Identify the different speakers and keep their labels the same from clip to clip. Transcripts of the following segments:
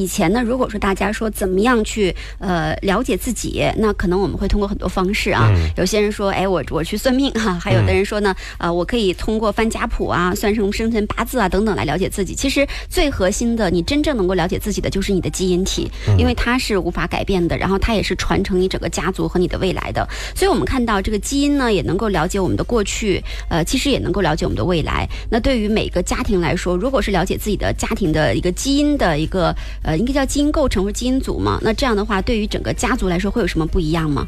Speaker 1: 以前呢，如果说大家说怎么样去呃了解自己，那可能我们会通过很多方式啊。
Speaker 2: 嗯
Speaker 1: 有些人说，哎，我我去算命哈、还有的人说呢，呃，我可以通过翻家谱啊、算什么生辰八字啊等等来了解自己。其实最核心的，你真正能够了解自己的就是你的基因体，因为它是无法改变的，然后它也是传承你整个家族和你的未来的。所以我们看到这个基因呢，也能够了解我们的过去，呃，其实也能够了解我们的未来。那对于每个家庭来说，如果是了解自己的家庭的一个基因的一个呃，应该叫基因构成或者基因组嘛，那这样的话，对于整个家族来说会有什么不一样吗？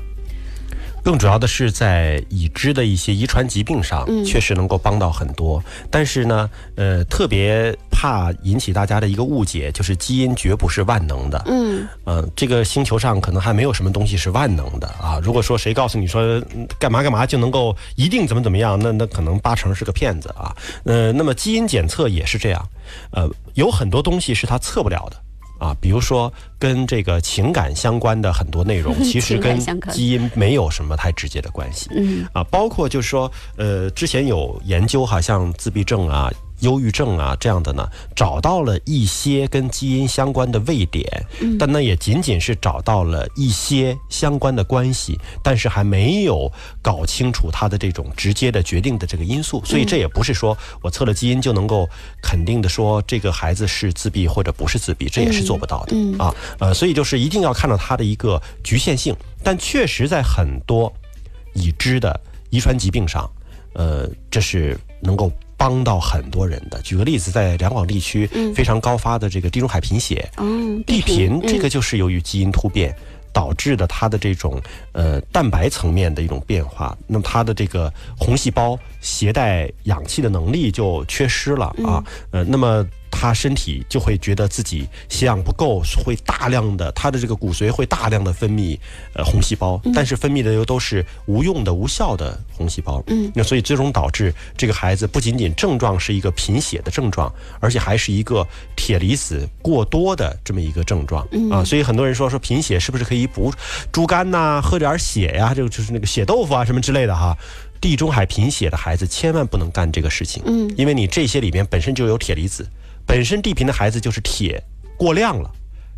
Speaker 2: 更主要的是，在已知的一些遗传疾病上，确实能够帮到很多。但是呢，呃，特别怕引起大家的一个误解，就是基因绝不是万能的。
Speaker 1: 嗯，
Speaker 2: 嗯，这个星球上可能还没有什么东西是万能的啊。如果说谁告诉你说嗯干嘛干嘛就能够一定怎么怎么样，那那可能八成是个骗子啊。呃，那么基因检测也是这样，呃，有很多东西是他测不了的。啊，比如说跟这个情感相关的很多内容，其实
Speaker 1: 情感
Speaker 2: 跟
Speaker 1: 相关
Speaker 2: 基因没有什么太直接的关系。嗯，啊，包括就是说，呃，之前有研究哈，像自闭症啊、忧郁症啊这样的呢，找到了一些跟基因相关的位点，
Speaker 1: 嗯
Speaker 2: 但那也仅仅是找到了一些相关的关系，但是还没有搞清楚它的这种直接的决定的这个因素，所以这也不是说我测了基因就能够肯定的说这个孩子是自闭或者不是自闭，这也是做不到的、啊。呃，所以就是一定要看到它的一个局限性，但确实在很多已知的遗传疾病上，呃，这是能够。帮到很多人的。举个例子，在两广地区非常高发的这个地中海贫血，
Speaker 1: 哦，
Speaker 2: 地
Speaker 1: 平
Speaker 2: 贫这个就是由于基因突变导致的它的这种呃蛋白层面的一种变化，那么它的这个红细胞携带氧气的能力就缺失了啊，呃，那么。他身体就会觉得自己血氧不够，会大量的他的这个骨髓会大量的分泌呃红细胞，但是分泌的又都是无用的、无效的红细胞。嗯，那所以最终导致这个孩子不仅仅症状是一个贫血的症状，而且还是一个铁离子过多的这么一个症状、啊。所以很多人说说贫血是不是可以补猪肝呐、喝点血呀、这个就是那个血豆腐啊什么之类的哈。地中海贫血的孩子千万不能干这个事情，嗯，因为你这些里面本身就有铁离子，本身地贫的孩子就是铁过量了，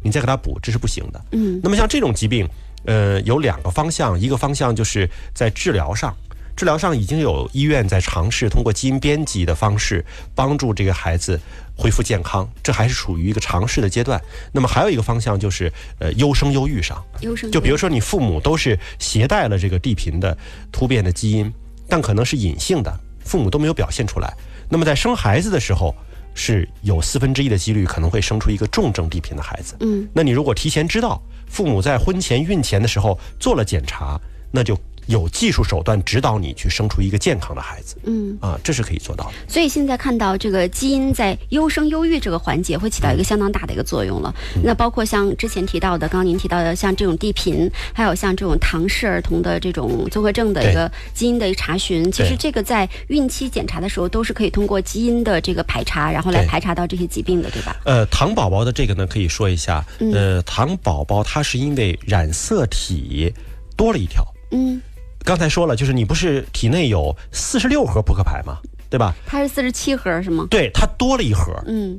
Speaker 2: 你再给他补，这是不行的，嗯。那么像这种疾病，呃，有两个方向，一个方向就是在治疗上，治疗上已经有医院在尝试通过基因编辑的方式帮助这个孩子恢复健康，这还是处于一个尝试的阶段。那么还有一个方向就是，呃，优生优育上，
Speaker 1: 优生
Speaker 2: 就比如说你父母都是携带了这个地贫的突变的基因，但可能是隐性的，父母都没有表现出来。那么在生孩子的时候，是有四分之一的几率可能会生出一个重症地贫的孩子。
Speaker 1: 嗯，
Speaker 2: 那你如果提前知道，父母在婚前孕前的时候做了检查，那就有技术手段指导你去生出一个健康的孩子。
Speaker 1: 嗯，
Speaker 2: 啊，这是可以做到的。
Speaker 1: 所以现在看到这个基因在优生优育这个环节会起到一个相当大的一个作用了。
Speaker 2: 嗯
Speaker 1: 那包括像之前提到的，刚刚您提到的像这种地贫，还有像这种唐氏儿童的这种综合症的一个基因的一查询，其实
Speaker 2: 对
Speaker 1: 这个在孕期检查的时候都是可以通过基因的这个排查，然后来
Speaker 2: 对
Speaker 1: 排查到这些疾病的，对吧？
Speaker 2: 呃，糖宝宝的这个呢，可以说一下。呃，糖宝宝它是因为染色体多了一条。
Speaker 1: 嗯，
Speaker 2: 刚才说了，就是你不是体内有四十六盒扑克牌吗？对吧？
Speaker 1: 它是四十七盒是吗？
Speaker 2: 对，它多了一盒。
Speaker 1: 嗯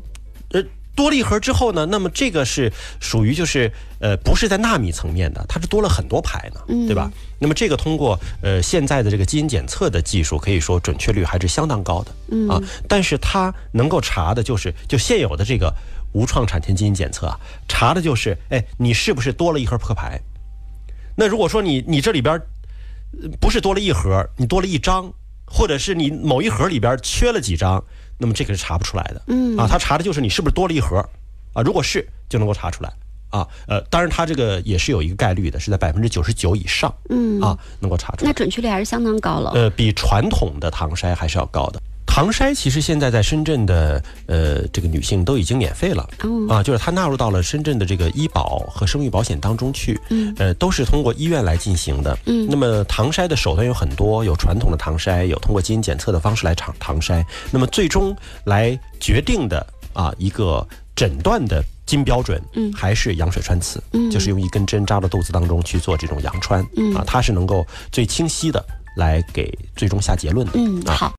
Speaker 2: 呃，多了一盒之后呢，那么这个是属于就是呃，不是在纳米层面的，它是多了很多排呢，
Speaker 1: 嗯
Speaker 2: 对吧？那么这个通过呃现在的这个基因检测的技术，可以说准确率还是相当高的、
Speaker 1: 嗯
Speaker 2: 啊。但是它能够查的就是就现有的这个无创产前基因检测啊，查的就是哎，你是不是多了一盒扑克牌？那如果说你你这里边儿呃不是多了一盒，你多了一张，或者是你某一盒里边缺了几张，那么这个是查不出来的。嗯啊，他查的就是你是不是多了一盒啊，如果是就能够查出来。啊，呃，当然，它这个也是有一个概率的，是在百分之九十九以上，嗯啊，能够查出来。
Speaker 1: 那准确率还是相当高了。
Speaker 2: 呃，比传统的唐筛还是要高的。唐筛其实现在在深圳的呃这个女性都已经免费了、啊，就是它纳入到了深圳的这个医保和生育保险当中去，呃，都是通过医院来进行的。那么唐筛的手段有很多，有传统的唐筛，有通过基因检测的方式来唐唐筛。那么最终来决定的啊一个诊断的金标准，嗯，还是羊水穿刺，嗯，就是用一根针扎到肚子当中去做这种羊穿，嗯啊，它是能够最清晰的来给最终下结论的，
Speaker 1: 嗯，
Speaker 2: 啊。
Speaker 1: 好。